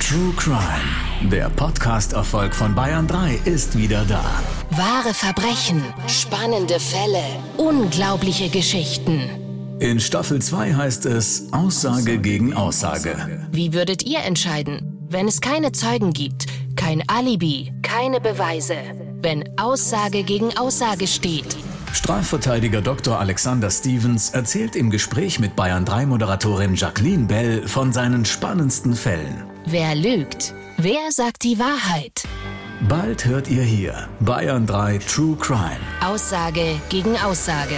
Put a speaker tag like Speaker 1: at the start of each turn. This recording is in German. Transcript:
Speaker 1: True Crime. Der Podcast-Erfolg von Bayern 3 ist wieder da.
Speaker 2: Wahre Verbrechen, spannende Fälle, unglaubliche Geschichten.
Speaker 1: In Staffel 2 heißt es Aussage gegen Aussage.
Speaker 2: Wie würdet ihr entscheiden, wenn es keine Zeugen gibt, kein Alibi, keine Beweise, wenn Aussage gegen Aussage steht?
Speaker 1: Strafverteidiger Dr. Alexander Stevens erzählt im Gespräch mit Bayern 3 Moderatorin Jacqueline Bell von seinen spannendsten Fällen.
Speaker 2: Wer lügt? Wer sagt die Wahrheit?
Speaker 1: Bald hört ihr hier Bayern 3 True Crime.
Speaker 2: Aussage gegen Aussage.